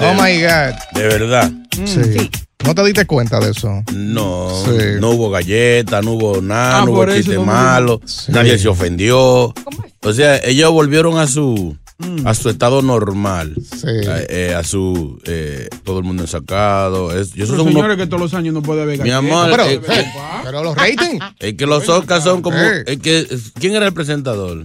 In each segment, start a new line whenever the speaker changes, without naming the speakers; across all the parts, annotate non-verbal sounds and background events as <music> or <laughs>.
Oh my God.
De verdad.
Sí. ¿No te diste cuenta de eso?
No,
Sí.
no hubo galleta, no hubo nada,
Ah,
no hubo
por eso
chiste
todo el mundo-
malo,
Sí.
nadie se ofendió. O sea, ellos volvieron a su a su estado normal,
Sí.
a, eh, a su eh, todo el mundo ensacado. Es, y esos
Pero
son unos-
señores, que todos los años no puede haber
Mi
galleta.
amor,
Pero,
eh,
eh, pero los ratings.
es que los Oscars son como
Eh.
es que quién era el presentador.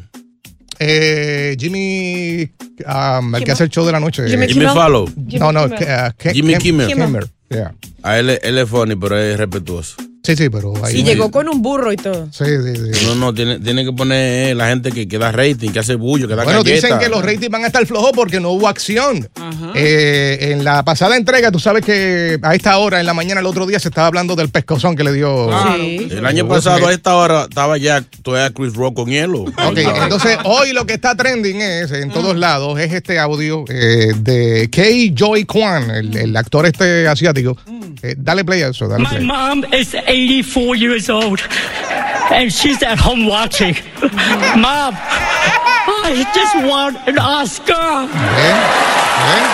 Eh, Jimmy, um, el que hace el show de la noche.
Jimmy
Jimmy
Kimmel.
Fallon.
no, no, que, uh, Ke-
Jimmy
Kem-
Kimmel.
yeah.
A él, él es funny, pero es respetuoso.
Sí, sí, pero ahí.
Y llegó con un burro y todo.
Sí, sí, sí.
No, no, tiene, tiene que poner eh, la gente que, que da rating, que hace bullo, que da
Bueno,
galleta.
dicen que los ratings van a estar flojos porque no hubo acción. Eh, en la pasada entrega, tú sabes que a esta hora, en la mañana, el otro día, se estaba hablando del pescozón que le dio.
Ah,
Sí.
El año pasado a esta hora estaba ya todavía Chris Rock con hielo.
Ok, entonces hoy lo que está trending es en
Mm.
todos lados es este audio eh, de K. Joy Kwan, el, el actor este asiático.
Mm.
Eh, dale play a eso, dale
My
play.
mom is 84 years old, and she's at home watching. Mom, I just won an Oscar.
¿Eh? ¿Eh?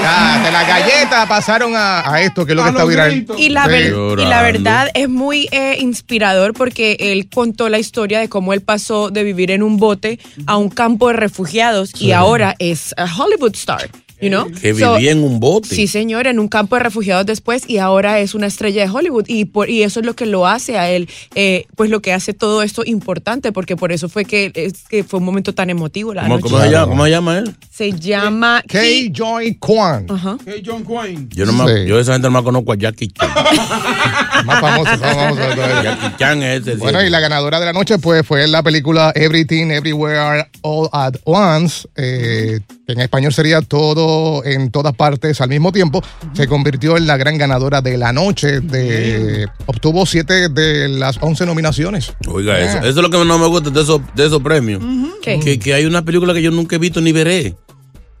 Ya, de la galleta pasaron a, a esto que es lo que
A
está
los
viral.
gritos.
Y la,
Sí.
ver- y la
Llorando.
verdad es muy eh, inspirador porque él contó la historia de cómo él pasó de vivir en un bote a un campo de refugiados y ahora es a Hollywood star, you know?
Que
So,
vivía en un bote.
Sí, señor, en un campo de refugiados después y ahora es una estrella de Hollywood y por y eso es lo que lo hace a él, eh, pues lo que hace todo esto importante porque por eso fue que, es que fue un momento tan emotivo la
¿Cómo,
noche.
cómo se llama, ¿Cómo se llama él?
Se llama
K.
Ki-
Joy Kwan,
Ajá.
Hey, John Quine.
Yo, no me-
Sí.
yo esa gente no más conozco a Jackie Chan.
<laughs> más famosa, más famosa de todas.
Jackie Chan es ese. sí.
Bueno, y la ganadora de la noche pues fue la película Everything, Everywhere, All at Once. eh, que en español sería todo en todas partes al mismo tiempo. Se convirtió en la gran ganadora de la noche. De, Obtuvo siete de las once nominaciones.
Oiga, eso, eso es lo que no me gusta de esos, de esos premios.
¿Qué?
que, que hay una película que yo nunca he visto ni veré.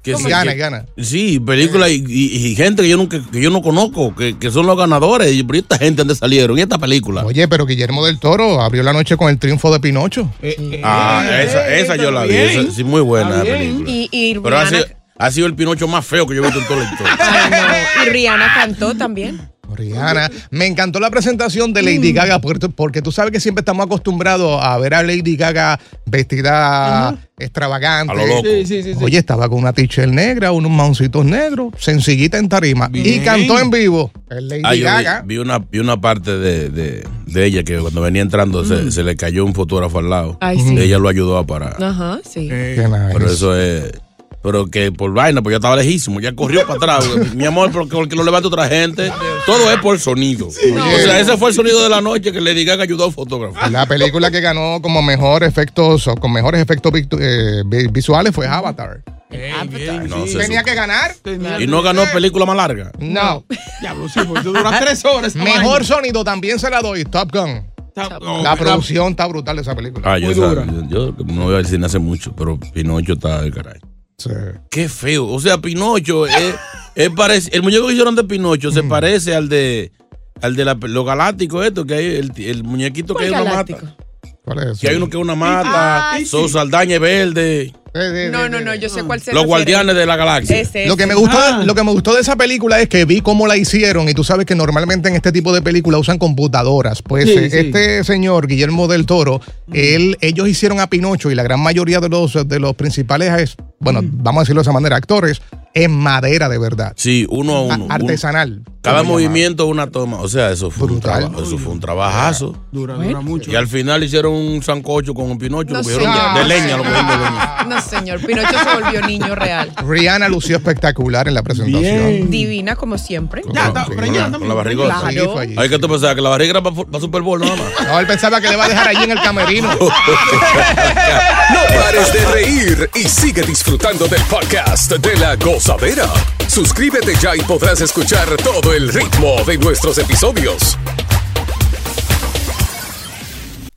Que
¿Cómo?
sí,
Gana,
que-
gana.
Sí, películas y, y- y gente que yo, nunca, que yo no conozco, que, que son los ganadores. Y pero ¿y esta gente donde salieron, y esta película.
Oye, pero Guillermo del Toro abrió la noche con el triunfo de Pinocho.
ah, esa, esa yo la vi.
bien.
esa- sí, muy buena
Está
la
bien.
película.
y, y
Pero ha
Rihanna-
sido, ha sido el Pinocho más feo que yo he visto en todo el historia.
Ay, no. Y Rihanna cantó también.
Rihanna. Me encantó la presentación de
Mm.
Lady Gaga porque, porque tú sabes que siempre estamos acostumbrados a ver a Lady Gaga vestida extravagante.
A lo loco.
Sí, sí, sí. sí.
Oye, estaba con una t-shirt negra, unos mancitos negros, sencillita en tarima. Y
Bien.
cantó en vivo. El Lady
Ah, yo vi-
Gaga.
vi, una, vi una parte de, de- de ella que cuando venía entrando
Mm.
se, se le cayó un fotógrafo al lado.
Ay, sí.
Ella lo ayudó a parar.
Ajá, sí.
Qué nice.
Pero eso es. Pero que por vaina, pues ya estaba lejísimo, ya corrió para <laughs> atrás. Mi amor, porque, porque lo levanta otra gente. Todo es por sonido. O sea, ese fue el sonido de la noche que le diga que ayudó a un fotógrafo.
La película que ganó como mejor efectos, o con mejores efectos victu- eh, vi- visuales fue Avatar.
Ah, pues,
No sé,
¿Tenía que ganar?
Tenía-
Y no ganó película más larga.
No.
Diablo, sí, porque
<laughs>
eso dura tres horas. esta
Mejor
vaina.
sonido también se la doy. Top Gun.
Está- no,
La
la-
producción está brutal de esa película.
Ah, yo,
Muy
esa-
dura.
yo, yo no voy al cine hace mucho, pero Pinocho está del caray. Qué feo. O sea, Pinocho es, es parece, el muñeco que hicieron de Pinocho se parece al de al de la, lo galáctico esto que hay el, el muñequito que hay una mata.
¿Cuál es?
Que hay uno que es una mata,
Ah,
Son Saldaña es verde,
No, no, no, yo sé cuál Este, será.
los guardianes de la galaxia.
Ese,
Lo que,
ese.
me
Este,
gustó,
ah.
lo que me gustó de esa película es que vi cómo la hicieron y tú sabes que normalmente en este tipo de películas usan computadoras. Pues
Sí,
eh,
sí.
este señor Guillermo del Toro, él, ellos hicieron a Pinocho y la gran mayoría de los, de los principales, es- bueno, vamos a decirlo de esa manera, actores, en madera de
<laughs>
verdad,
Sí, uno a
a-
uno.
artesanal.
Cada
¿Cómo llamar?
movimiento es una toma. O sea, eso fue, un,
Brutal.
traba- eso fue un trabajazo.
Dura, dura mucho.
Y al final hicieron un sancocho con un Pinocho.
No,
lo cogieron
señor.
de leña, lo cogieron de leña.
No, señor. Pinocho se volvió niño real.
Rihanna lució espectacular en la presentación.
Divina como siempre.
Ya, está
Sí,
preñada
Con la
también.
barrigota.
Sí,
Claro.
fue allí.
Hay que tú pensabas que la barriga era para Super Bowl
<laughs>
nada más. <laughs>
No, él pensaba que le va a dejar allí en el camerino.
No pares de reír y sigue disfrutando del podcast de la gozadera. Suscríbete ya y podrás escuchar todo el ritmo de nuestros episodios.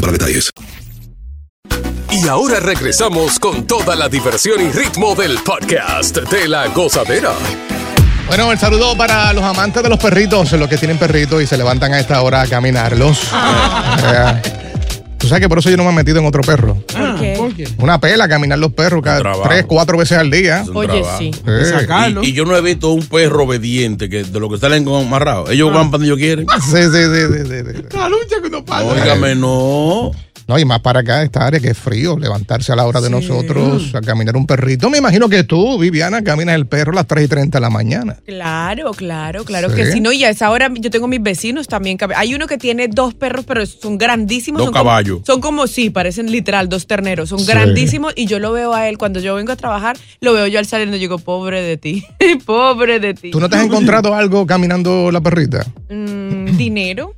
para detalles. Y ahora regresamos con toda la diversión y ritmo del podcast de la gozadera.
Bueno, el saludo para los amantes de los perritos, los que tienen perritos y se levantan a esta hora a caminarlos.
Ah.
Eh, Tú sabes que por eso yo no me he metido en otro perro.
¿Por qué?
Una pela caminar los perros cada
trabajo.
tres, cuatro veces al día.
Es un
Oye,
trabajo.
sí.
Eh,
Sacarlo.
Y, y yo no he visto un perro obediente que de lo que salen con amarrado. Ellos
Ah.
van para donde ellos quieren.
Sí, sí, sí, sí, sí, sí.
La lucha que no pasa.
Óigame, no.
No, y más para acá, esta área que es frío, levantarse a la hora de nosotros a caminar un perrito. Me imagino que tú, Viviana, caminas el perro a las 3 y 30 de la mañana.
Claro, claro, claro
Sí.
que sí. No, y a esa hora yo tengo mis vecinos también. cab- Hay uno que tiene dos perros, pero son grandísimos.
Dos
son como-
caballos.
son como, sí, parecen literal dos terneros. Son
Sí.
grandísimos y yo lo veo a él cuando yo vengo a trabajar, lo veo yo al saliendo y digo, pobre de ti, <laughs> pobre de ti.
¿Tú no te has encontrado algo caminando la perrita?
Mm,
<laughs>
dinero,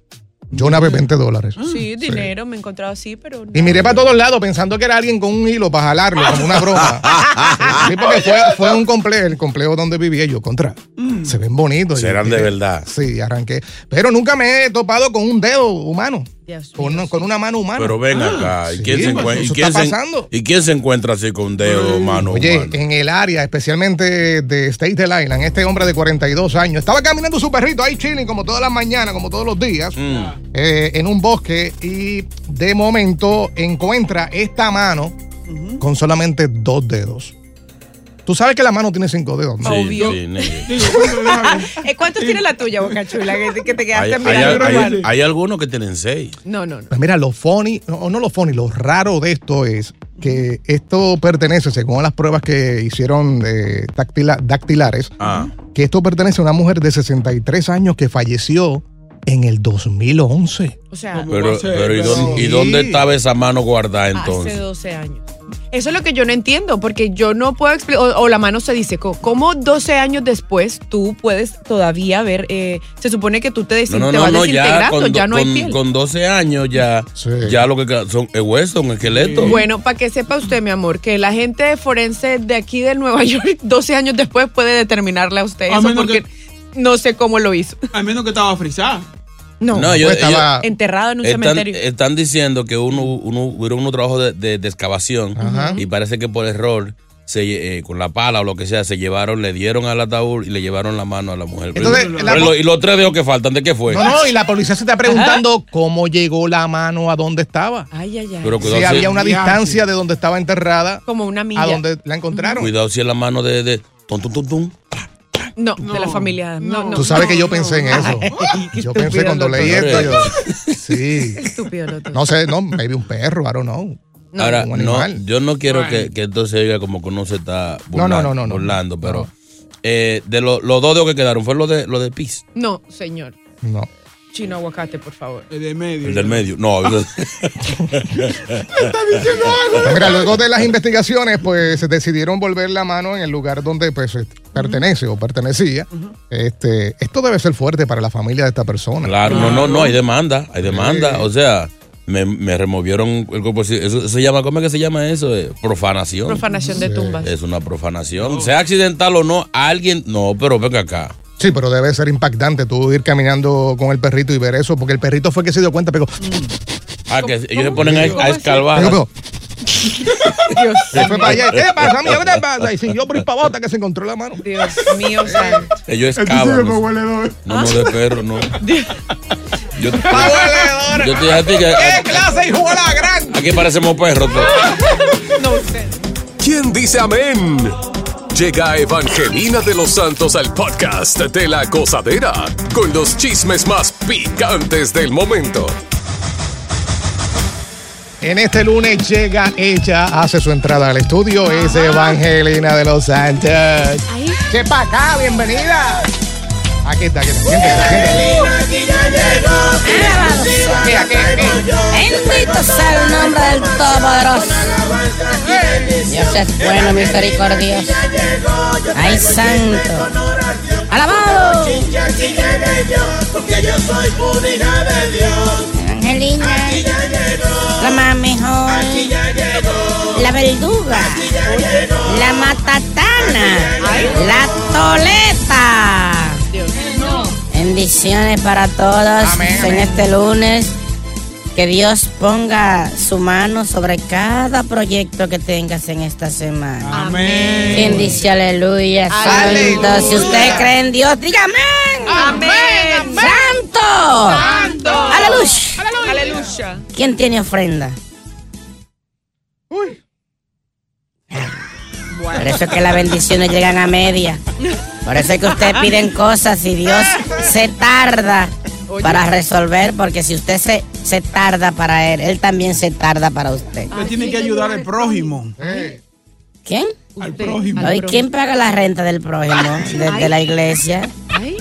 Yo una vez 20
Ah,
dólares.
sí, dinero, me he encontrado así, pero... no.
Y miré para todos lados pensando que era alguien con un hilo para jalarlo, como una broma. Sí, porque fue, fue un complejo, el complejo donde vivía yo, contra. Se ven bonitos.
Serán
Y-
de
y-
verdad.
Sí, arranqué. Pero nunca me he topado con un dedo humano.
Dios
Con una, con una mano humana.
Pero ven acá.
Ah,
¿Y
sí,
quién, se,
pues,
encuentra, y,
eso
quién
está
se,
pasando.
y quién se encuentra así con dedo, mano?
Oye, eh,
humano?
en el área, especialmente de Staten Island, este hombre de 42 años estaba caminando su perrito ahí chilling como todas las mañanas, como todos los días, eh, en un bosque y de momento encuentra esta mano con solamente dos dedos. Tú sabes que la mano tiene cinco dedos, ¿no?
Sí,
obvio.
sí, nigga.
<laughs> Digo, ¿cuánto le va a ver?
Eh, ¿Cuántos tiene la tuya, Boca Chula, que, que te
Hay,
quedaste
hay-
mirando
hay-
igual?
hay algunos que tienen seis.
No, no, no.
Pues mira, lo funny, no, no lo funny, lo raro de esto es que esto pertenece, según las pruebas que hicieron eh, dactila- dactilares,
Ah.
que esto pertenece a una mujer de 63 años que falleció en el 2011.
O sea...
¿Cómo va
Pero,
a ser?
pero ¿y,
Pero-
dónde, y
Sí.
dónde estaba esa mano
Ah,
guardada
Hace
Ah, entonces?
12 años. Eso es lo que yo no entiendo, porque yo no puedo explicar, o, o la mano se disecó. ¿Cómo 12 años después tú puedes todavía ver, eh, se supone que tú te, desin-
No, no,
te
no,
vas
no, ya
desintegrando,
con,
ya no hay
con-
piel?
con 12 años ya,
Sí.
ya lo que ca- son es hueso, un esqueleto.
Bueno, para que sepa usted, mi amor, que la gente de forense de aquí de Nueva <laughs> York, 12 años después puede determinarle a usted
A
eso,
menos
porque no sé cómo lo hizo.
Al menos que estaba frisada.
No,
No, yo-
Pues estaba-
enterrado en un
Están,
cementerio.
están diciendo que uno, uno, hubo un trabajo de, de- de excavación
Ajá.
y parece que por error se, lle- eh, con la pala o lo que sea, se llevaron, le dieron al ataúd y le llevaron la mano a la mujer.
Entonces,
Pero-
la-
pero lo- y los tres dedos que faltan, ¿de qué fue?
No, no, y la policía se está preguntando cómo llegó la mano a dónde estaba.
Ay, ay, ay.
Pero cuidado,
Si
si-
había una
Ya,
distancia de donde estaba enterrada
Como una milla.
a donde la encontraron.
cuidado si es la mano de... de tum, tum, tum, tum.
No, de la familia. No, no.
Tú sabes
no, <laughs>
que yo
no.
pensé en eso.
qué
Yo pensé
estúpido
cuando
el
leí esto.
doctor.
yo- sí.
Estúpido el otro.
No sé, no, maybe un perro, I don't know.
Ahora,
un
no,
animal.
yo no quiero
Ay.
que, que esto se oiga como que uno se está
No,
burlando,
no, no, no, no.
burlando, pero eh, de lo- los dos dedos que quedaron fue lo de, lo de Piz,
No, señor.
No.
Chino aguacate, por favor. Ah.
El de medio.
el del <laughs> medio. No,
<laughs>
Pues mira, luego de las investigaciones, pues se decidieron volver la mano en el lugar donde pues este, pertenece o pertenecía. Este, esto debe ser fuerte para la familia de esta persona.
Claro, no, no, no, hay demanda, hay demanda. O sea, me, me removieron el cuerpo. sí, Eso se llama, ¿cómo es que se llama eso? Eh, Profanación.
Profanación de tumbas.
Es una profanación. Sea accidental o no, alguien. No, pero venga acá.
Sí, pero debe ser impactante tú ir caminando con el perrito y ver eso, porque el perrito fue que se dio cuenta, "Pues, pegó.
Ah, que ellos se ponen a,
¿Cómo
a
así?
escalvar.
pegó, pegó. Se fue para allá. ¿Qué pasa, mía? ¿Qué te pasa? Y siguió por ahí para abajo hasta que se encontró la mano.
Dios
<laughs>
mío, santo.
Ellos
Este sí que
excavan.
me
No,
huele doble.
no, no, de perro, no. Yo, yo estoy a ti que.
clase, hijo de la gran!
Aquí parecemos perros. todos.
¿Quién dice amén? Llega Evangelina de los Santos al podcast de La Gozadera con los chismes más picantes del momento.
En este lunes llega ella, hace su entrada al estudio, es Evangelina de los Santos. ¡Qué pa' acá! ¡Bienvenida! Aquí está, aquí está. Siéntate, siéntate. Aquí, aquí, aquí.
Bendito sea el nombre del Todopoderoso. Dios es bueno, misericordioso. Ay, santo. Alabado. Angelina. La mami La verduga. La matatana. La toleta. Bendiciones para todos en este lunes. Que Dios ponga su mano sobre cada proyecto que tengas en esta semana.
Amén.
Quien dice aleluya,
Aleluya.
santo. Si usted cree en Dios, diga amén.
Amén.
Santo.
Santo.
Aleluya.
Aleluya.
¿Quién tiene ofrenda?
Uy.
Por eso es que las bendiciones llegan a media. Por eso es que ustedes piden cosas y Dios se tarda para resolver, porque si usted se, se tarda para él, él también se tarda para usted.
Usted tiene que ayudar al prójimo.
Eh,
¿Quién?
Al prójimo.
Ay, ¿Quién paga la renta del prójimo? De, de la iglesia.
Ay,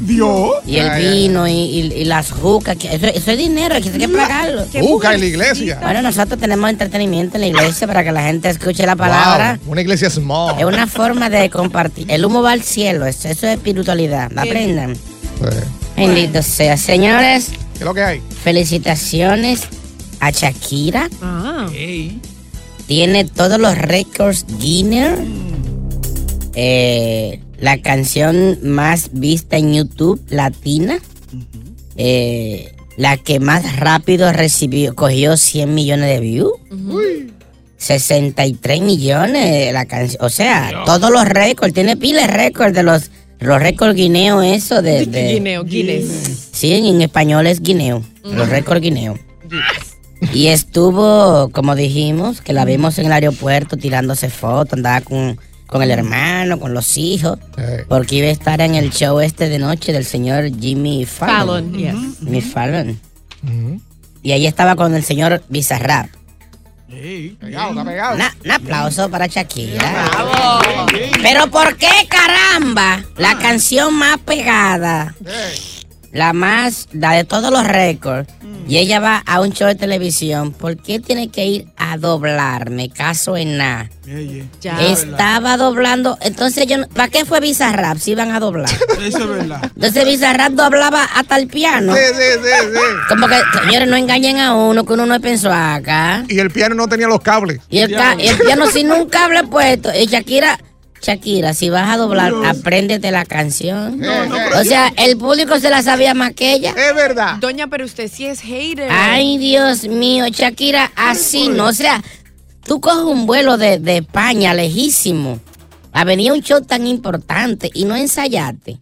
Dios.
Y el vino y, y- y las jucas. que Eso, eso es dinero, que hay que pagarlo.
qué
Busca
mujercita.
en la iglesia.
Bueno, nosotros tenemos entretenimiento en la iglesia para que la gente escuche la palabra.
Wow, una iglesia small.
Es una forma de compartir. El humo va al cielo, eso, eso es espiritualidad. Aprendan.
Eh,
Bendito sea. Señores,
¿Qué es lo que hay?
felicitaciones a Shakira.
Ah,
Tiene todos los récords Guinness. Eh, la canción más vista en YouTube latina. Eh, la que más rápido recibió, cogió 100 millones de views. 63 millones la canción. O sea, todos los récords. Tiene piles récords de los, los récords guineos, eso de, de- Mm.
Guineo, Guinness.
Sí, en, en español es guineo, los récords guineo. Y estuvo, como dijimos, que la vimos en el aeropuerto tirándose fotos, andaba con, con el hermano, con los hijos,
Eh,
porque iba a estar en el show este de noche del señor Jimmy
Fallon,
Fallon.
yes.
Jimmy Fallon. Y ahí estaba con el señor Bizarrap.
pegado, está pegado.
Una- un aplauso para Shakira. Pero ¿por qué caramba? La canción más pegada, la más, la de todos los récords, y ella va a un show de televisión, ¿por qué tiene que ir a doblarme? Caso en nada.
Ey, ey.
Ya.
Estaba doblando, entonces yo, no- ¿para qué fue Bizarrap si iban a doblar?
Eso es verdad.
Entonces Bizarrap doblaba hasta el piano.
Sí, sí, sí, sí.
Como que, señores, no engañen a uno, que uno no pensó acá.
Y el piano no tenía los cables.
Y el, ca- y el piano sin un cable puesto. Y Shakira, Shakira, si vas a doblar, apréndete la canción.
Eh, eh,
o sea, el público se la sabía más que ella.
es verdad.
Doña, pero usted sí es hater.
Ay, Dios mío, Shakira, así no. O sea, Tú coges un vuelo de, de España, lejísimo, a venir a un show tan importante y no ensayaste.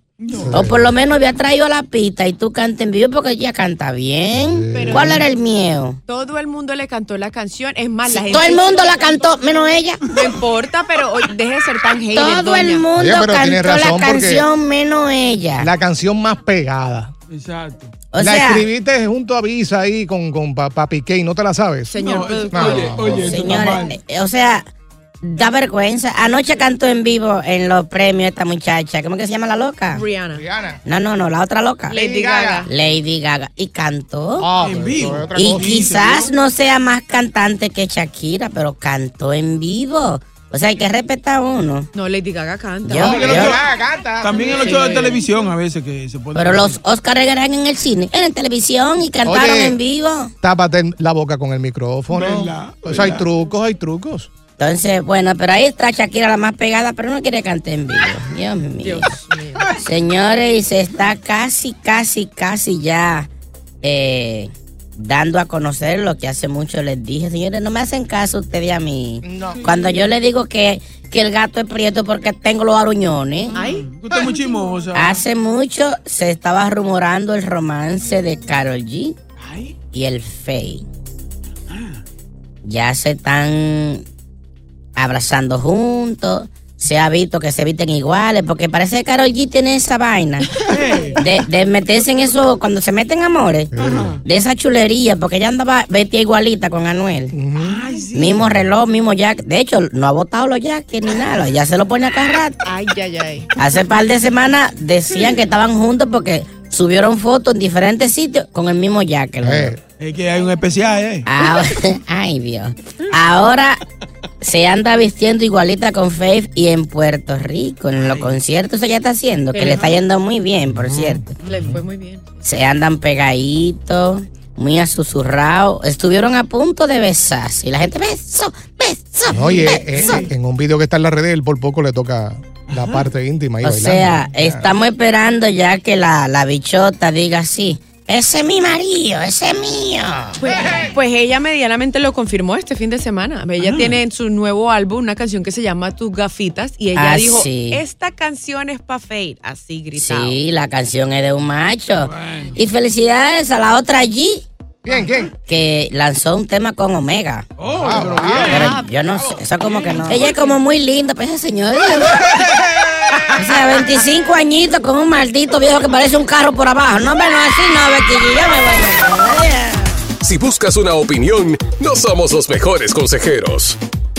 O por lo menos había traído a la pista y tú cantas en vivo porque ella canta bien.
Pero-
¿Cuál era el miedo?
Todo el mundo le cantó la canción. Es más, la
Sí,
gente.
todo el mundo la cantó, menos ella.
No importa, pero oye, deje de ser tan hater,
Todo
doña.
el mundo
Oye, pero tiene
cantó la
razón porque-
canción menos ella.
La canción más pegada.
Exacto.
O
la
sea-
escribiste junto a Visa ahí con, con pa- Papi K, ¿no te la sabes?
Señor
No, es-
productor.
oye, oye, esto está mal.
Señores, eh, o sea, da vergüenza. Anoche cantó en vivo en los premios esta muchacha. ¿Cómo que se llama la loca?
Rihanna.
No, no, no, la otra loca.
Lady Gaga.
Lady Gaga. Y cantó.
Ah,
En
pero
vivo.
eso es otra
y
cosa.
quizás no sea más cantante que Shakira, pero cantó en vivo. O sea, hay que respetar a uno.
No, Lady Gaga canta.
Yo-
Porque lo que
yo-
haga,
Ah,
canta.
También en los shows de televisión a veces que se pone.
pero los Oscars eran en el cine, eran en televisión y cantaron
Oye.
en vivo.
Tápate la boca con el micrófono.
¿Verdad?
Pues hay trucos, hay trucos.
Entonces, bueno, pero ahí está Shakira la más pegada, pero no quiere cantar en vivo. Dios mío.
Dios mío.
Señores, y se está casi, casi, casi ya eh, dando a conocer lo que hace mucho les dije. Señores, no me hacen caso ustedes a mí. Cuando yo les digo que, que el gato es prieto porque tengo los aruñones.
Ay,
Usted es muy chismosa.
Hace mucho se estaba rumorando el romance de Carol G y el Faye. Ya se están abrazando juntos. Se ha visto que se visten iguales, porque parece que Carol G tiene esa vaina de, de meterse en eso cuando se meten amores, de esa chulería, porque ella andaba vestida igualita con Anuel.
Ay, sí.
Mismo reloj, mismo jack. De hecho, no ha botado los jackets ni nada, ya se lo pone a cada rato.
ay, ay, ay.
Hace par de semanas decían que estaban juntos porque subieron fotos en diferentes sitios con el mismo jacket.
Eh,
Es que hay un especial, ¿eh?
<laughs>
Ahora- ay, Dios. Ahora se anda vistiendo igualita con Faith y en Puerto Rico, en los conciertos ella está haciendo, que le está yendo muy bien, por cierto.
Le fue muy bien.
Se andan pegaditos, muy asusurrados. Estuvieron a punto de besarse y la gente beso, beso.
oye,
beso".
eh, en un video que está en las redes, él por poco le toca la parte íntima ahí
O
bailando.
sea, estamos esperando ya que la, la bichota diga así. Ese es mi marido, ese es mío.
Pues, pues ella medianamente lo confirmó este fin de semana.
Ah.
Ella tiene en su nuevo álbum una canción que se llama Tus gafitas y ella
Ah,
dijo,
sí.
esta canción es pa' Fade. Así gritado.
Sí, la canción es de un macho. Y felicidades a la otra allí
Bien, bien.
que lanzó un tema con Omega.
Oh, pero
Pero
Ah,
yo no sé, eso como que no. Ella es como muy linda, pues esa
<laughs>
señora. O sea, 25 añitos con un maldito viejo que parece un carro por abajo. No, pero no así, no, Becky G, yo me voy.
Si buscas una opinión, no somos los mejores consejeros.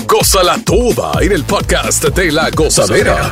Cosa la tuba en el podcast de la gozadera.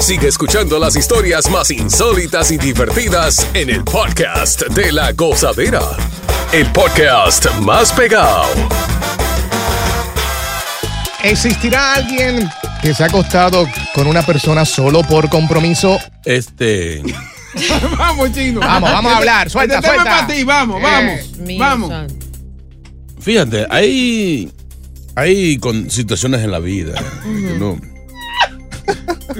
Sigue escuchando las historias más insólitas y divertidas en el podcast de la gozadera. El podcast más pegado.
¿Existirá alguien que se ha acostado con una persona solo por compromiso?
Este.
<laughs> vamos, chino.
Vamos,
<laughs>
vamos a hablar.
Este
Suelta,
tema es
suelta.
para ti, vamos,
Eh.
vamos.
Mío
Vamos.
santo.
Fíjate, hay. Hay con situaciones en la vida.
Mm.
que
<laughs>
no-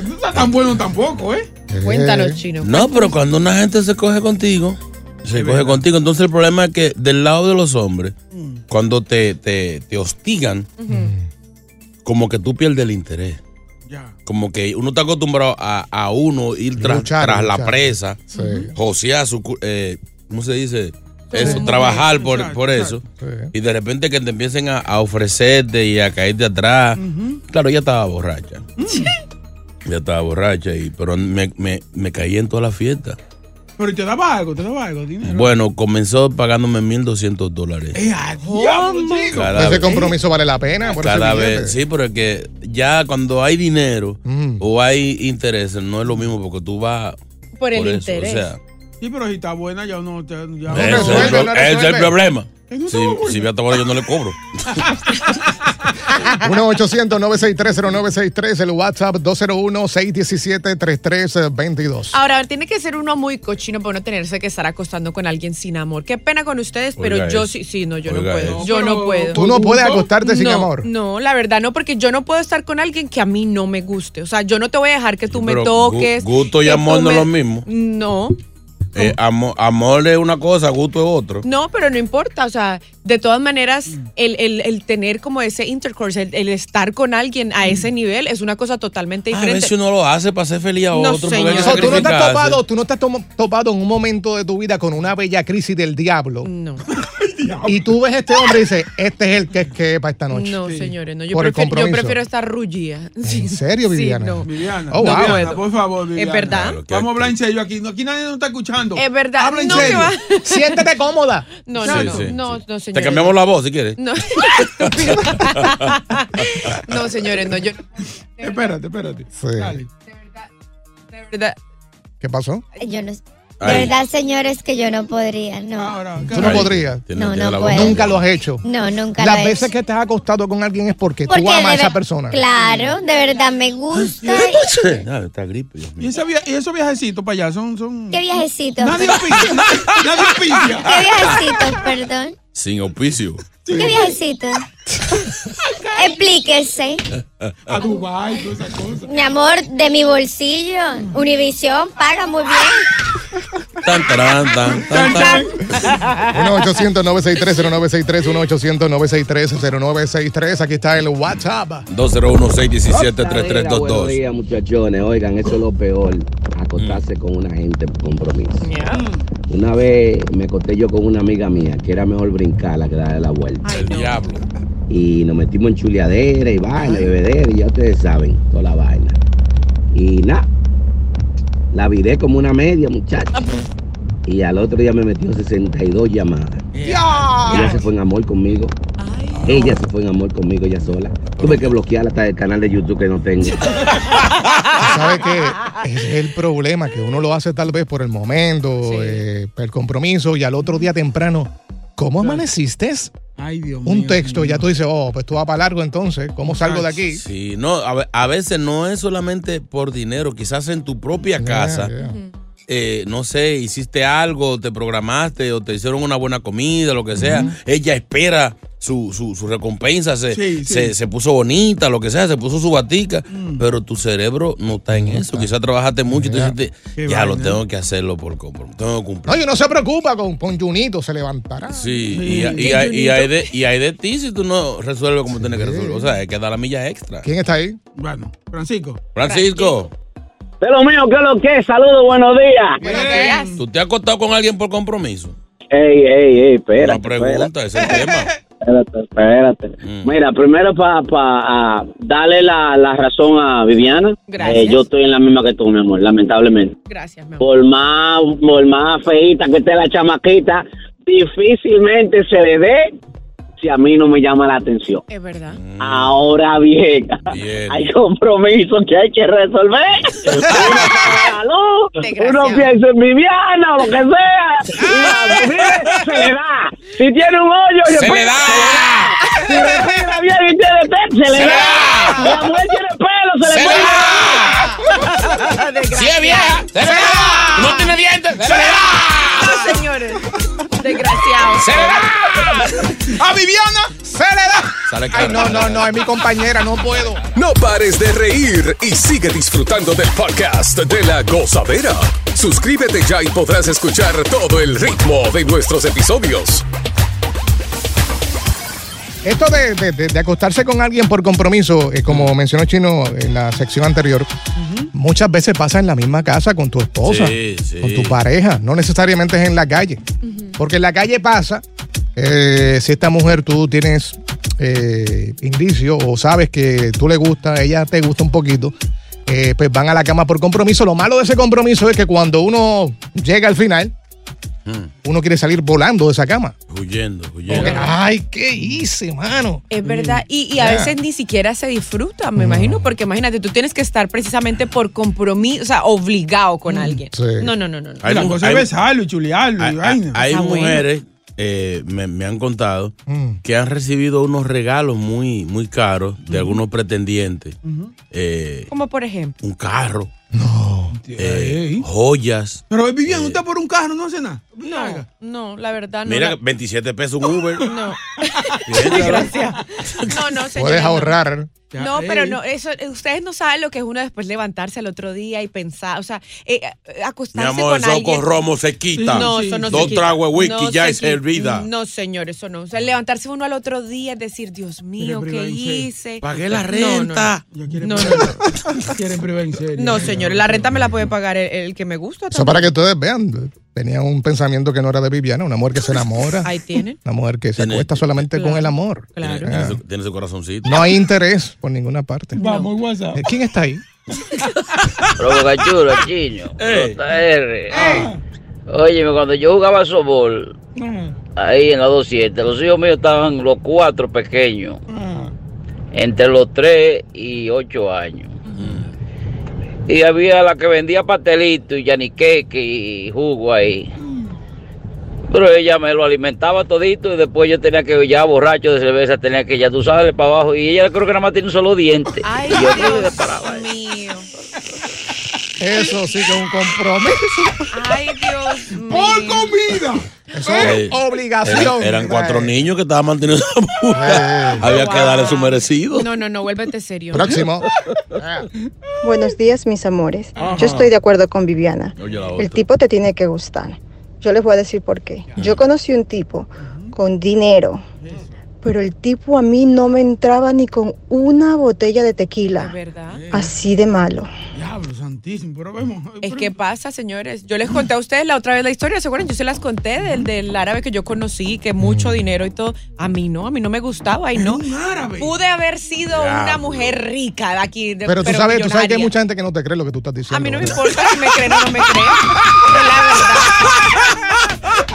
No está tan bueno tampoco, ¿eh?
Cuéntanos, chino.
No, pero cuando una gente se coge contigo, se coge contigo. Entonces el problema es que del lado de los hombres,
Mm.
cuando te, te, te hostigan, como que tú pierdes el interés. Como que uno está acostumbrado a, a uno ir tras,
Luchar,
tras la
luchar.
presa,
Sí.
josear su. cu- eh, ¿Cómo se
Sí.
dice? Eso, trabajar por,
Luchar,
por
luchar.
eso.
Sí.
Y de repente que te empiecen a, a ofrecerte y a caerte atrás. Claro, ella estaba borracha. Ella estaba borracha, y, pero me, me, me caí en toda la fiesta.
Pero te daba algo, te daba algo, dinero.
Bueno, comenzó pagándome 1.200 dólares.
Eh, al diablo, chico.
Cada
Ese
vez.
compromiso vale la pena. por
Cada
ese billete.
vez, sí, pero es que ya cuando hay dinero o hay intereses, no es lo mismo porque tú vas
Por el
eso, o
interés.
sea,
Sí, pero si está buena, ya uno. te- Ya
ese es, el, pro- ese es el problema.
no
Si, si voy a tomar, yo no le cobro.
<laughs> 1-800-963-0963, el WhatsApp 201-617-3322.
Ahora, tiene que ser uno muy cochino para no tenerse que estar acostando con alguien sin amor. Qué pena con ustedes, pero
Oiga
yo
eso.
sí, sí, no, yo
Oiga
no puedo.
eso.
Yo
No,
no
pero
puedo.
¿tú no puedes acostarte sin
No,
amor?
No, la verdad no, porque yo no puedo estar con alguien que a mí no me guste. O sea, yo no te voy a dejar que tú me
Pero gu-
toques.
gusto y
que
amor
tú
no es
me-
lo mismo.
No,
Eh, amo- amor es una cosa, gusto es otro.
no, pero no importa. O sea, de todas maneras,
Mm.
el, el- el tener como ese intercourse, el, el estar con alguien a ese nivel es una cosa totalmente
Mm. Ah, a
diferente.
veces uno lo hace para ser feliz a
No,
otro. porque hay que
O sea, tú no estás
sacrificarse.
topado, tú no estás tomo- topado en un momento de tu vida con una bella crisis del diablo.
No.
y tú ves a este hombre y dices, este es el que es que para esta noche.
No, señores, no. Yo,
Por el
prefiero, yo
compromiso.
prefiero estar rullida.
¿En serio,
Sí,
Viviana?
no.
Viviana,
Oh,
no,
wow.
Viviana, por favor, Viviana.
verdad.
Vamos a hablar en serio aquí. No, Aquí nadie nos está escuchando.
Es verdad.
Habla en
No,
<laughs> serio.
que va.
Siéntete cómoda.
No,
Sí,
no, no,
sí,
no, no, señores.
Te cambiamos la voz si quieres.
No. <laughs> no, señores, no,
<laughs>
yo.
Espérate, espérate.
Sí.
De verdad.
¿Qué pasó?
Yo no, de
Ay.
verdad, señores, que yo no podría, no.
Tú no podrías.
No, no puedo.
Nunca lo has hecho.
No, nunca
Las
lo he
veces que te has acostado con alguien es porque,
Porque
tú amas a
de
esa
ver-
persona.
Claro, de verdad me gusta.
Ah, está gripe. Dios mío.
¿Y, ese via- y esos viajecitos para allá son. son...
¿Qué viajecito?
Nadie opinia. nadie, nadie opinia.
¿Qué viajecito, perdón?
Sin auspicio.
¿Qué viajecito? Explíquese.
A Dubái, todas esas cosas.
Mi amor, de mi bolsillo, Univisión paga muy bien.
Tan, tarán, tan, tan, tan.
1-800-963-0963, 1-800-963-0963. Aquí está el WhatsApp.
201-617-3322.
Buenos días, muchachones. Oigan, eso es lo peor. Acostarse con una gente por compromiso. Una vez me acosté yo con una amiga mía que era mejor brincarla que darle la vuelta.
El diablo.
Y nos metimos en chuleadera y vaina, y bebedera, y ya ustedes saben, toda la vaina. Y nada, la viré como una media,
Ah,
muchacho.
pues.
Y al otro día me metió 62 llamadas.
Eh,
Ella se fue en amor conmigo. Ella se fue en amor conmigo, ella sola. Tuve que bloquearla hasta el canal de YouTube que no tengo.
¿Sabe que Es el problema que uno lo hace tal vez por el momento, eh, por el compromiso, y al otro día temprano, ¿cómo amaneciste?
Ay, Dios
Un texto, ya tú dices, oh, pues tú vas para largo entonces, ¿cómo salgo de aquí?
Sí, no, a, ve- a veces no es solamente por dinero, quizás en tu propia casa. eh, no sé, hiciste algo, te programaste o te hicieron una buena comida, lo que sea. Ella espera su, su- su recompensa, se,
Sí, sí.
se- se puso bonita, lo que sea, se puso su batica, pero tu cerebro no está en eso. Quizás trabajaste mucho y tú dijiste, ya lo tengo que hacerlo por compromiso, tengo que cumplir.
No, y uno se preocupa con, con Junito, se levantará.
Sí, y, y- y hay, y hay de, y hay de ti si tú no resuelves como tienes que resolver. O sea, hay que dar la milla extra.
¿Quién está ahí?
Bueno, Francisco.
Francisco,
De lo mío, ¿qué es lo que es? Saludos, buenos días.
¿tú te has acostado con alguien por compromiso?
Ey, ey, ey, espérate.
Una pregunta, ese es el tema.
<laughs>
Espérate, espérate. Mira, primero para darle la, la razón a Viviana.
Gracias.
Eh, yo estoy en la misma que tú, mi amor, lamentablemente.
Gracias, mi amor.
Por más, por más feita que esté la chamaquita, difícilmente se le dé si a mí no me llama la atención.
Es verdad.
Ahora bien, hay compromisos que hay que resolver. Uno
<laughs>
paga la luz, uno piensa en Viviana o lo que sea. Y a Viviana se le da. Si tiene un hoyo, Ah. pues, se, le da. Si respira bien y tiene tez, se le da. Si la mujer tiene pelo, se, le puede
Desgracia.
Si es vieja, se le da. No tiene dientes, se le da.
No, señores. Desgraciado.
Se
le da. A Viviana se le da.
Sale
Ay, no, no, no, es mi compañera, no puedo.
No pares de reír y sigue disfrutando del podcast de la gozadera. Suscríbete ya y podrás escuchar todo el ritmo de nuestros episodios.
Esto de, de- de- de acostarse con alguien por compromiso, eh, como mencionó Chino en la sección anterior, muchas veces pasa en la misma casa con tu esposa,
Sí, sí.
con tu pareja, no necesariamente es en la calle. Porque en la calle pasa, eh, si esta mujer tú tienes eh, indicio o sabes que tú le gusta, ella te gusta un poquito, eh, pues van a la cama por compromiso. Lo malo de ese compromiso es que cuando uno llega al final, uno quiere salir volando de esa cama.
Huyendo, huyendo.
Como que, Ay, ¿qué hice, mano?
Es verdad, y, y a
Ya.
veces ni siquiera se disfruta, me imagino, porque imagínate, tú tienes que estar precisamente por compromiso, o sea, obligado
Mm,
con alguien.
Sí.
No, no, no, no. no.
Hay
la
mu-
cosa
hay-
es pues, besarlo y chulearlo. y
Hay,
vaina.
hay
Está bueno.
mujeres, eh, me, me han contado,
Mm.
que han recibido unos regalos muy, muy caros
Mm.
de algunos pretendientes. Eh,
Como por ejemplo.
un carro. eh, joyas.
Pero Vivian, usted por un carro no hace nada.
No, no, la verdad no.
Mira,
la-
27 pesos un Uber.
<laughs> No. <laughs> No, no, señorita.
Puedes ahorrar.
No, pero no, eso, eh, ustedes no saben lo que es uno después levantarse al otro día y pensar, o sea, eh, eh,
Mi
acostarse
amor,
con
el soco
alguien.
romo se quita.
No, eso no
Dos
se quita.
tragos de whisky
No
ya
se
es
quita.
hervida.
No, señor, eso no. O sea, levantarse uno al otro día y decir, Dios mío, ¿qué hice?
Pagué la
No,
renta.
No, no. no, no, no. No, señor, la renta me la puede pagar el, el que me gusta.
Eso para que ustedes vean. Tenía un pensamiento que no era de Viviana, una mujer que se enamora,
Ahí tienen.
una mujer que se acuesta solamente con el amor. Ah.
Tiene,
Claro.
tiene su, tiene su corazoncito.
No hay interés por ninguna parte.
Vamos, WhatsApp.
Eh, ¿Quién está ahí?
Provoca chulo, chino. JR. Óyeme, cuando yo jugaba softball, ahí en la 27, los hijos míos estaban los cuatro pequeños, entre los 3 y 8 años. Y había la que vendía pastelito y yaniqueque y jugo ahí. Pero ella me lo alimentaba todito y después yo tenía que, ya borracho de cerveza, tenía que ya tú sabes para abajo. Y ella creo que nada más tiene un solo diente.
Ay,
y yo creo que
Dios
paraba.
mío.
Eso sí que es un compromiso.
Ay, Dios mío.
¡Por comida!
<laughs> Eso
Eh,
es obligación.
eran- eran cuatro
Eh.
niños que
<laughs>
estaban manteniendo esa mujer. <laughs> Había que darle su merecido.
No, no, no, vuélvete serio. <laughs>
Próximo.
Buenos días, mis amores.
Ajá.
Yo estoy de acuerdo con Viviana.
Oye, la
El
otra.
tipo te tiene que gustar. Yo les voy a decir por qué. Yo conocí un tipo con dinero, pero el tipo a mí no me entraba ni con una botella de tequila. Así de malo.
Diablo santísimo, pero vemos.
Es que pasa, señores. Yo les conté a ustedes la otra vez la historia, ¿se acuerdan? Yo se las conté del, del árabe que yo conocí, que mucho
Mm.
dinero y todo. A mí no, a mí no me gustaba y no. Pude haber sido
Ya,
una
bro.
mujer rica de aquí. de-
Pero tú sabes, tú sabes que
millonaria.
hay mucha gente que no te cree lo que tú estás diciendo.
A mí no me
¿verdad?
importa si me creen o no me creen. Pero la verdad.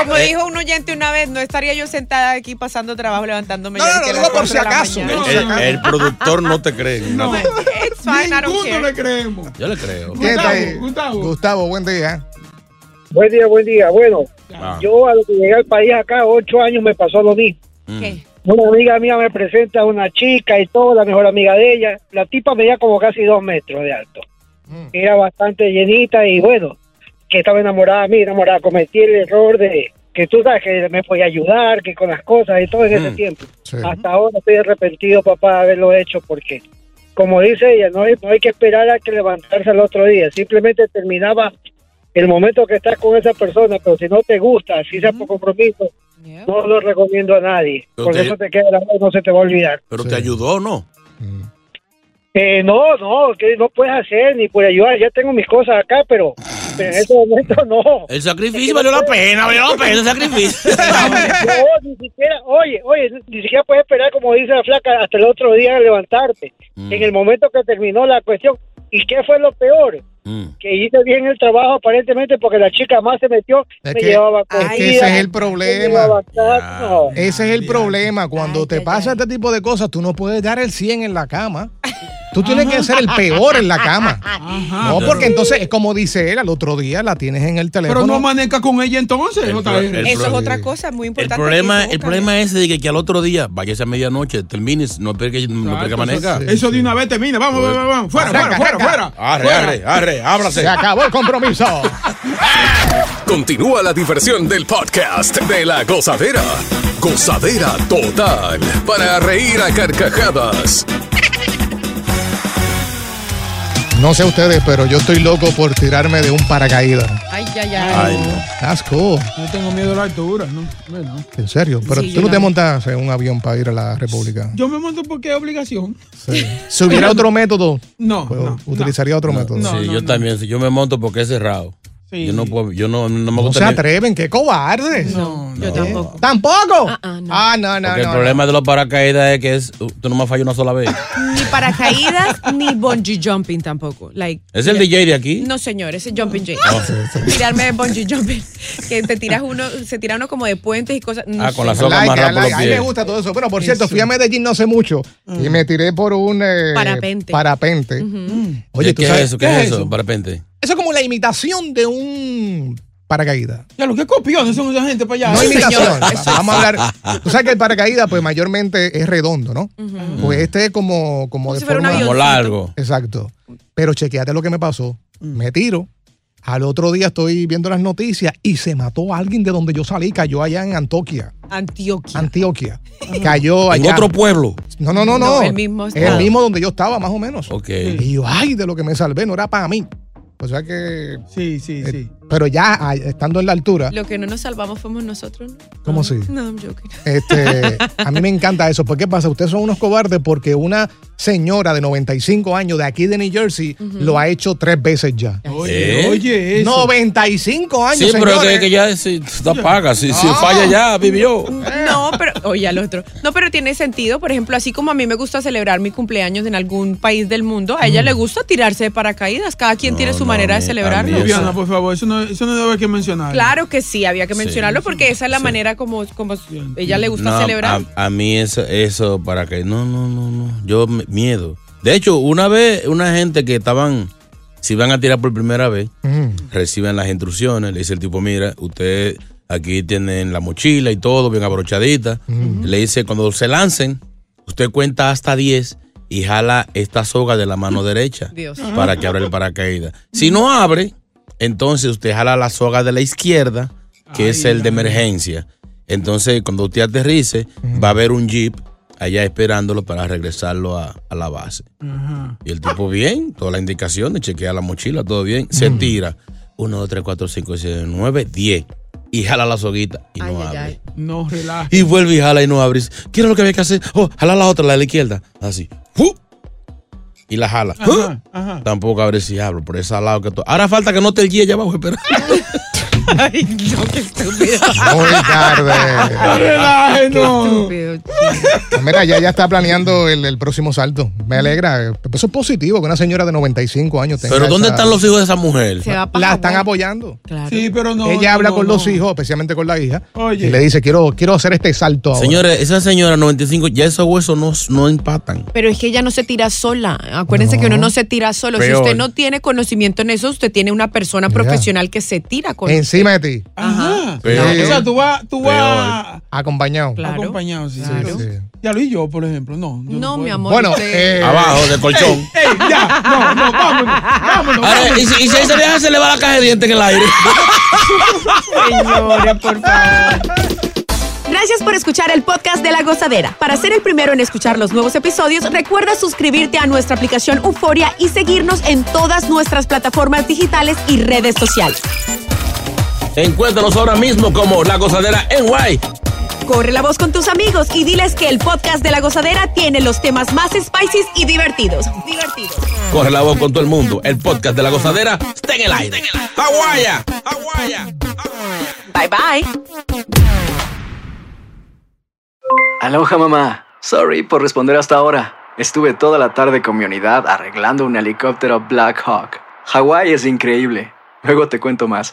Como
Eh.
dijo un oyente una vez, no estaría yo sentada aquí pasando trabajo levantándome. No,
no, digo por si acaso. <laughs>
El, el- el productor no te cree. en nada.
le creemos.
Yo le creo.
¿Quién está ahí? Gustavo, buen día.
Buen día, buen día. Bueno,
Ah.
yo a lo que llegué al país acá, ocho años, me pasó lo mismo.
¿Qué?
Una amiga mía me presenta a una chica y todo, la mejor amiga de ella. La tipa medía como casi dos metros de alto. Era bastante llenita y bueno, que estaba enamorada de mí, enamorada. Cometí el error de que tú sabes que me podía ayudar, que con las cosas y todo en ese tiempo. Hasta ahora estoy arrepentido, papá, de haberlo hecho porque, como dice ella, no hay, no hay que esperar a que levantarse al otro día. Simplemente terminaba el momento que estás con esa persona, pero si no te gusta, si sea por compromiso, no lo recomiendo a nadie.
Pero
Porque
te-
eso te queda grabado y no se te va a olvidar.
Pero te ayudó, ¿no?
Eh, no, no, que no puedes hacer ni por ayudar. Ya tengo mis cosas acá, pero, pero en ese momento no.
El sacrificio valió la pena, valió la pena el <laughs> sacrificio.
<laughs> No, ni siquiera, oye, oye, ni siquiera puedes esperar, como dice la flaca, hasta el otro día a levantarte. En el momento que terminó la cuestión. ¿Y qué fue lo peor? Que hice bien el trabajo aparentemente porque la chica más se metió,
Es
me
que-
llevaba
es que
comida,
ese es el
me
problema.
llevaba casa, no.
Ese es el problema. Cuando te pasa este tipo de cosas, tú no puedes dar el 100 en la cama. Tú tienes que ser el peor en la
<laughs>
cama. No, porque entonces es como dice él, al otro día la tienes en el teléfono.
Pero no amanezca con ella entonces.
El
JR.
pro- el
Eso es
pro-
otra cosa muy
El
importante.
problema,
que
el problema es de que, que al otro día, váyase a medianoche, termines, no espere que, no espere que amanezca.
Eso de una vez termina. Vamos, vamos, vamos. Fuera, fuera, fuera, fuera.
Arre, arre, arre, ábrase.
Se acabó el compromiso.
Continúa la diversión del podcast de la gozadera. Gozadera total. Para reír a carcajadas.
No sé ustedes, pero yo estoy loco por tirarme de un paracaídas.
Ay, ya, ya.
Ay, That's cool.
Yo tengo miedo a la altura, ¿no? Bueno.
En serio. Pero
Sí, yo
tú no te
también.
montas en un avión para ir a la República.
Yo me monto porque es obligación.
Si hubiera otro método,
No,
pues, utilizaría otro método.
sí, yo también. Si yo me monto porque es cerrado. Yo no puedo, yo no, no me
No
gusta.
se
ni-
atreven, qué cobardes. No, yo tampoco. ¿Tampoco? Ah, no, no,
porque
no.
el problema de los paracaídas es que es, uh, tú nomás fallas una <laughs> sola vez.
Ni paracaídas, ni bungee jumping tampoco. Like,
¿Es el DJ de aquí? Ah,
No, señor, ese es jumping jay. Tirarme de bungee jumping. Que te tiras uno, se tira uno como de puentes y cosas. No
Ah, con la
sé.
soga
Like,
amarrada por
like,
los
a mí me
pies.
gusta todo eso. Bueno, por cierto, fui a Medellín no hace mucho y me tiré por un eh,
Parapente.
parapente. Oye, ¿tú
¿qué
sabes
es eso? ¿Qué, es eso? Parapente.
Eso es como la imitación de un paracaídas.
Ya, lo que copiosos son esa gente para allá.
No
Sí,
imitación.
señor. Eso es.
Vamos a hablar. Tú sabes que el paracaídas, pues mayormente es redondo, ¿no? Pues este es como, como de
si fuera un
forma.
avioncito. Como largo.
Exacto. Pero chequeate lo que me pasó. Me tiro. Al otro día estoy viendo las noticias y se mató a alguien de donde yo salí. Cayó allá en Antioquia.
Antioquia.
Antioquia. Cayó allá.
En otro pueblo.
No, no, no, no.
No, el mismo
Es
estado.
El mismo donde yo estaba, más o menos.
Ok.
Y yo, ay, de lo que me salvé, no era para mí. O sea que.
Sí, sí,
sí. Pero ya ah, estando en la altura,
Lo que no nos salvamos fuimos nosotros, ¿no?
¿cómo sí?
No, I'm joking.
Este, a mí me encanta eso. ¿Por qué pasa? Ustedes son unos cobardes porque una señora de 95 años de aquí de New Jersey lo ha hecho tres veces ya.
Oye, ¿Eh?
oye,
eso.
95 años,
Sí, pero
señores.
que, que ya si, está paga. Si, si falla ya, vivió.
No, pero. Oye, al otro. No, pero tiene sentido. Por ejemplo, así como a mí me gusta celebrar mi cumpleaños en algún país del mundo, a
Mm.
ella le gusta tirarse de paracaídas. Cada quien tiene su manera de celebrarlo.
Viviana, por favor, eso no, eso Ah, no debe que mencionar.
Claro que sí, había que
Sí,
mencionarlo porque esa es la manera como, como ella le gusta
No, ah,
celebrar.
A, a mí eso, eso para que. No, no, no, no. Yo me- miedo. De hecho, una vez, una gente que estaban, si van a tirar por primera vez, reciben las instrucciones, le dice el tipo, mira, usted aquí tienen la mochila y todo, bien abrochadita.
Mm.
Le dice, cuando se lancen, usted cuenta hasta 10 y jala esta soga de la mano derecha
Dios.
para que abra el paracaídas. Si no abre, entonces usted jala la soga de la izquierda, que es el de emergencia. Entonces, cuando usted aterrice, va a haber un jeep allá esperándolo para regresarlo a, a la base. Y el tipo, bien, todas las indicaciones, chequea la mochila, todo bien, se tira. 1, 2, 3, 4, 5, 6, 9, 10. Y jala la soguita y no abre.
No relaja.
Y vuelve y jala y no abre. ¿Qué era lo que había que hacer? Oh, jala la otra, la de la izquierda. Así. ¡Fu! Y la jala. ¡Fu!
Ajá, ajá.
Tampoco abre si abro por ese lado que tú. Ahora falta que no te guíe allá abajo, <laughs> espera.
Ay, no, qué estúpido.
Muy tarde.
No relaje, no.
Mira, ya, ya está planeando el, el próximo salto. Me alegra. Eso es positivo que una señora de 95 años tenga.
Pero ¿dónde
esa-
están los hijos de esa mujer?
La están apoyando.
Sí, pero no.
Ella
no,
habla
no,
con
no.
los hijos, especialmente con la hija.
Oye.
Y le dice, quiero, quiero hacer este salto ahora.
Señores, esa señora 95, ya esos huesos no, no empatan.
Pero es que ella no se tira sola. Acuérdense que uno no se tira solo. Si
Peor.
usted no tiene conocimiento en eso, usted tiene una persona profesional que se tira con
Encima de ti.
Ajá.
Peor.
O sea, tú vas, tú vas
Acompañado.
acompañado, sí. Ya lo y yo, por ejemplo. No, yo
No, mi
puedo.
amor, Bueno, usted- eh,
Abajo del colchón.
Ey, ey, ya, no, no, vámonos, vámonos.
Ahora,
vámonos.
y, si, y si ahí se deja, se le va la caja de dientes en el <laughs> aire.
Señores, por favor. Gracias por escuchar el podcast de La Gozadera. Para ser el primero en escuchar los nuevos episodios, recuerda suscribirte a nuestra aplicación Euforia y seguirnos en todas nuestras plataformas digitales y redes sociales.
Encuéntranos ahora mismo como La Gozadera en Guay.
Corre la voz con tus amigos y diles que el podcast de La Gozadera tiene los temas más spicy y divertidos. Divertidos.
Corre la voz con todo el mundo. El podcast de La Gozadera está en el aire. ¡Aguaya! ¡Aguaya!
Bye bye.
Aloha mamá. Sorry por responder hasta ahora. Estuve toda la tarde con mi unidad arreglando un helicóptero Black Hawk. Hawái es increíble. Luego te cuento más.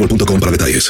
para detalles.